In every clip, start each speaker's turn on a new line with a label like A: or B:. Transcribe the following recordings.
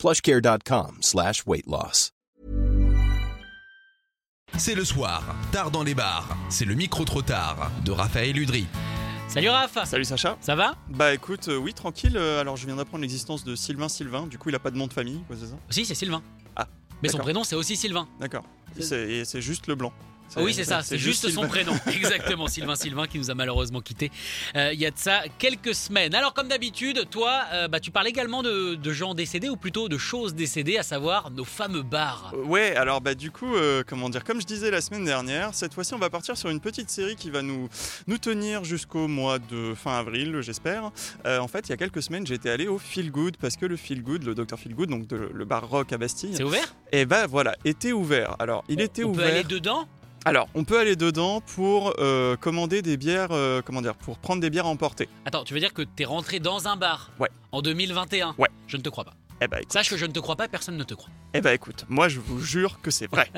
A: plushcare.com slash weight loss.
B: C'est le soir, tard dans les bars. C'est le micro trop tard de Raphaël Udry.
C: Salut Raph
D: Salut Sacha.
C: Ça va
D: Bah écoute, euh, oui, tranquille. euh, alors je viens d'apprendre l'existence de Sylvain Sylvain. Du coup, il a pas de nom de famille, quoi, c'est ça
C: Si, c'est Sylvain.
D: Ah,
C: Mais son
D: d'accord.
C: prénom, c'est aussi Sylvain.
D: D'accord.
C: C'est-
D: Et c'est- Et c'est juste le blanc.
C: Ah oui, c'est ça, c'est juste son
D: Sylvain.
C: prénom. Exactement, Sylvain Sylvain qui nous a malheureusement quitté il y a de ça quelques semaines. Alors, comme d'habitude, toi, euh, bah, tu parles également de, de gens décédés, ou plutôt de choses décédées, à savoir nos fameux bars.
D: Euh, Ouais, alors bah du coup, euh, comment dire, comme je disais la semaine dernière, cette fois-ci on va partir sur une petite série qui va nous, nous tenir jusqu'au mois de fin avril, j'espère. Euh, en fait, il y a quelques semaines, j'étais allé au Feel Good parce que le Feel Good, le Dr Feel Good, donc de- le bar rock à Bastille,
C: C'est ouvert
D: et bah voilà, était ouvert. Alors, il était
C: On
D: ouvert.
C: peut aller dedans
D: Alors, on peut aller dedans pour euh, commander des bières, euh, comment dire, pour prendre des bières emportées.
C: Attends, tu veux dire que t'es rentré dans un bar
D: Ouais.
C: En 2021
D: Ouais.
C: Je ne te crois pas.
D: Eh bah, écoute,
C: Sache que je ne te crois pas, personne ne te croit.
D: eh bah, écoute moi je vous jure que c'est vrai.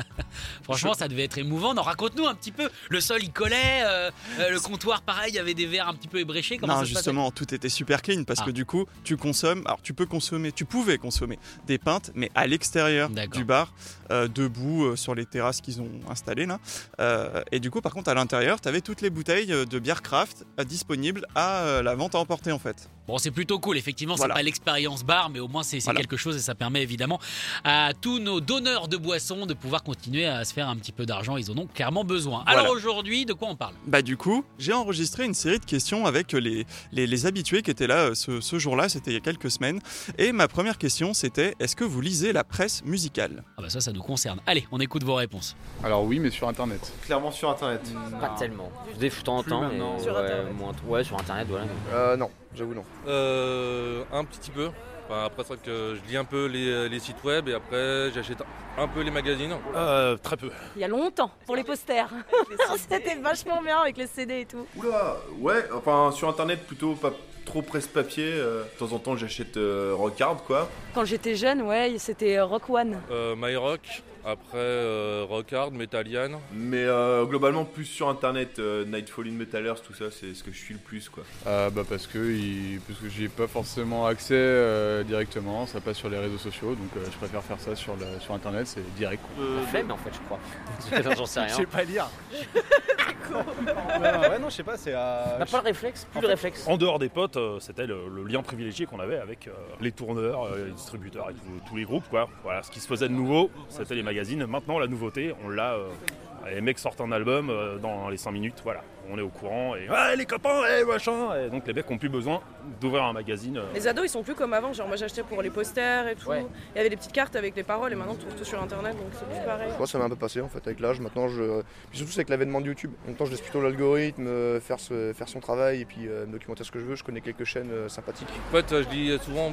C: Franchement, ça devait être émouvant. Non, raconte-nous un petit peu. Le sol, il collait. euh, euh, le comptoir, pareil, il y avait des verres un petit peu ébréchés. Comment
D: non,
C: ça se passait
D: justement, tout était super clean parce
C: Ah.
D: que du coup, tu consommes, alors tu peux consommer, tu pouvais consommer des pintes, mais à l'extérieur
C: D'accord.
D: du bar, euh, debout euh, sur les terrasses qu'ils ont installées là. Euh, et du coup, par contre, à l'intérieur, tu avais toutes les bouteilles euh, de bière craft euh, disponibles à euh, la vente à emporter en fait.
C: Bon, c'est plutôt cool. Effectivement,
D: Voilà.
C: c'est pas l'expérience bar, mais au moins c'est c'est
D: Voilà.
C: quelque chose et ça permet évidemment à tous nos donneurs de boissons de pouvoir continuer à se faire un petit peu d'argent. Ils en ont clairement besoin. Alors
D: Voilà.
C: aujourd'hui, de quoi on parle
D: Bah du coup, j'ai enregistré une série de questions avec les, les, les habitués qui étaient là euh, ce, ce jour-là, c'était il y a quelques semaines. Et ma première question, c'était est-ce que vous lisez la presse musicale
C: Ah bah ça, ça nous concerne. Allez, on écoute vos réponses.
E: Alors oui, mais sur Internet.
F: Clairement sur internet.
G: Pas tellement. Des temps en
E: Plus
G: temps. mais
E: maintenant.
G: ouais,
H: Sur Internet.
G: moins- ouais, sur internet, voilà.
F: Euh, non, j'avoue non.
I: Euh, un petit peu. Enfin, après, c'est vrai que je lis un peu les, les sites web et après, j'achète un peu les magazines.
E: Euh, très peu.
H: Il y a longtemps, pour les posters. C'était vachement bien avec les CD et tout.
F: Oula, ouais, enfin sur internet plutôt pas trop presse-papier. euh, de temps en temps j'achète euh, Rockard quoi.
H: Quand j'étais jeune, ouais, c'était Rock One.
I: Euh, My Rock, après euh, Rockard, Metallian.
F: Mais euh, globalement plus sur internet, euh, Nightfall in Metallers, tout ça c'est ce que je suis le plus quoi.
E: Euh, bah parce que il- parce que j'ai pas forcément accès euh, directement, ça passe sur les réseaux sociaux, donc euh, je préfère faire ça sur, la- sur Internet, c'est direct. quoi.
G: La flemme, en fait, je crois. Attends, J'en sais rien.
E: pas lire. ouais non, je sais pas, c'est
G: On n'a pas le réflexe, plus
J: euh, en
G: le
J: fait-
G: réflexe.
J: En dehors des potes, euh, c'était le, le lien privilégié qu'on avait avec euh, les tourneurs, euh, les distributeurs et tous- tous les groupes. Quoi. Voilà, ce qui se faisait de nouveau, c'était les magazines. Maintenant, la nouveauté, on l'a. euh, les mecs sortent un album euh, dans les 5 minutes, voilà. On est au courant et ouais, les copains, ouais, machin. Et donc les mecs ont plus besoin d'ouvrir un magazine. euh.
H: Les ados, ils sont plus comme avant. Genre, moi j'achetais pour les posters et tout.
G: Ouais.
H: Il y avait des petites cartes avec les paroles et maintenant tu trouves tout sur internet donc c'est plus pareil.
K: Je crois que ça m'a un peu passé en fait avec l'âge. Maintenant, je. Puis surtout, c'est avec l'avènement de YouTube. Maintenant, je laisse plutôt l'algorithme euh, faire, ce- faire son travail et puis euh, me documenter ce que je veux. Je connais quelques chaînes euh, sympathiques.
I: En fait, euh, je lis souvent,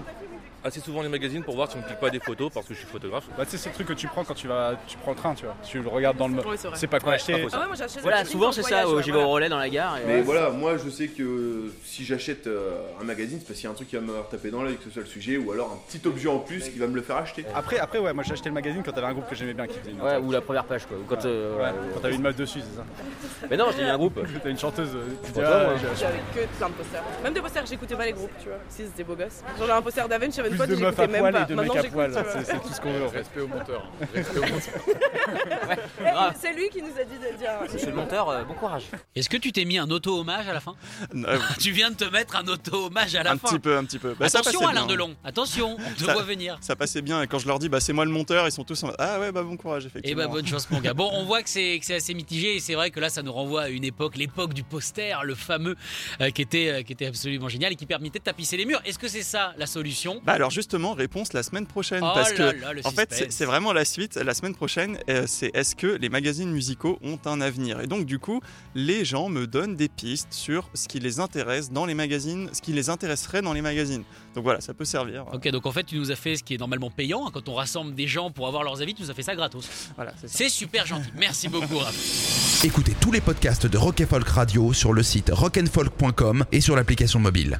I: assez souvent les magazines pour voir si on ne clique pas des photos parce que je suis photographe.
E: Bah tu sais, c'est le truc que tu prends quand tu vas, tu prends le train, tu vois. Tu le regardes dans le. mo-
H: c'est vrai.
E: C'est pas quoi
G: Ouais,
E: acheter.
H: Ah ouais, moi j'achète
G: Voilà,
H: des petits
G: souvent
H: pour
G: c'est
H: le
G: ça.
H: voyage,
G: oh,
H: ouais,
G: J'y vais
H: voilà.
G: au relais dans la gare. et
K: Mais
G: ouais.
K: voilà, moi je sais que euh, si j'achète euh, un magazine, c'est parce qu'il y a un truc qui va me taper dans l'œil, que ce soit le sujet, ou alors un petit objet en plus qui va me le faire acheter.
E: Après, après ouais, moi j'ai acheté le magazine quand t'avais un groupe que j'aimais bien qui faisait une.
G: Ouais, ou la première page, quoi. Ou quand, euh,
E: Ouais,
G: voilà, ou-
E: quand t'avais une meuf dessus, c'est ça.
G: Mais non, j'ai mis un groupe.
E: T'as une chanteuse. euh, tu dis,
G: pas,
E: ah,
G: moi.
E: j'ai acheté
H: J'avais que plein de posters. Même des posters, j'écoutais pas les groupes, tu vois. Si c'était beau gosse. Genre j'avais un poster d'Aven, j'avais une
E: Plus
H: pote,
E: de meufs à
H: j'écoutais même
E: poil
H: pas.
E: et de mecs
H: Maintenant
E: à
H: j'écoute.
E: poil,
H: tu vois.
E: c'est c'est tout ce qu'on veut en fait.
F: Respect au monteur. Respect au monteur.
H: Eh,
E: Ah.
H: C'est lui qui nous a dit de le dire.
G: Monsieur le monteur, euh, bon courage.
C: Est-ce que tu t'es mis un auto-hommage à la fin
D: Euh,
C: Tu viens de te mettre un auto-hommage à la
D: Un
C: fin.
D: petit peu, un petit peu. Bah, ça
C: Attention
D: passait
C: Alain
D: bien.
C: Delon, attention, on te
D: Ça-
C: voit venir.
D: Ça passait bien et quand je leur dis bah c'est moi le monteur, ils sont tous en mode, ah ouais bah bon courage
C: Et
D: effectivement.
C: bah bonne chance mon gars. Bon, on voit que c'est que c'est assez mitigé et c'est vrai que là ça nous renvoie à une époque, l'époque du poster, le fameux euh, qui était euh, qui était absolument génial et qui permettait de tapisser les murs. Est-ce que c'est ça la solution
D: Bah Alors justement, réponse la semaine prochaine.
C: Oh
D: parce
C: là
D: que,
C: là, le
D: en fait, c'est-
C: suspense.
D: c'est vraiment la suite. La semaine prochaine, euh, c'est est-ce que les magazines musicaux ont un avenir Et donc, du coup, les gens me donnent des pistes sur ce qui les intéresse dans les magazines, ce qui les intéresserait dans les magazines. Donc voilà, ça peut servir.
C: Ok, donc en fait, tu nous as fait ce qui est normalement payant. hein, Quand on rassemble des gens pour avoir leurs avis, tu nous as fait ça gratos.
D: Voilà, c'est
C: super gentil. Merci beaucoup, Raph.
B: Écoutez tous les podcasts de Rock and Folk Radio sur le site rockandfolk.com et sur l'application mobile.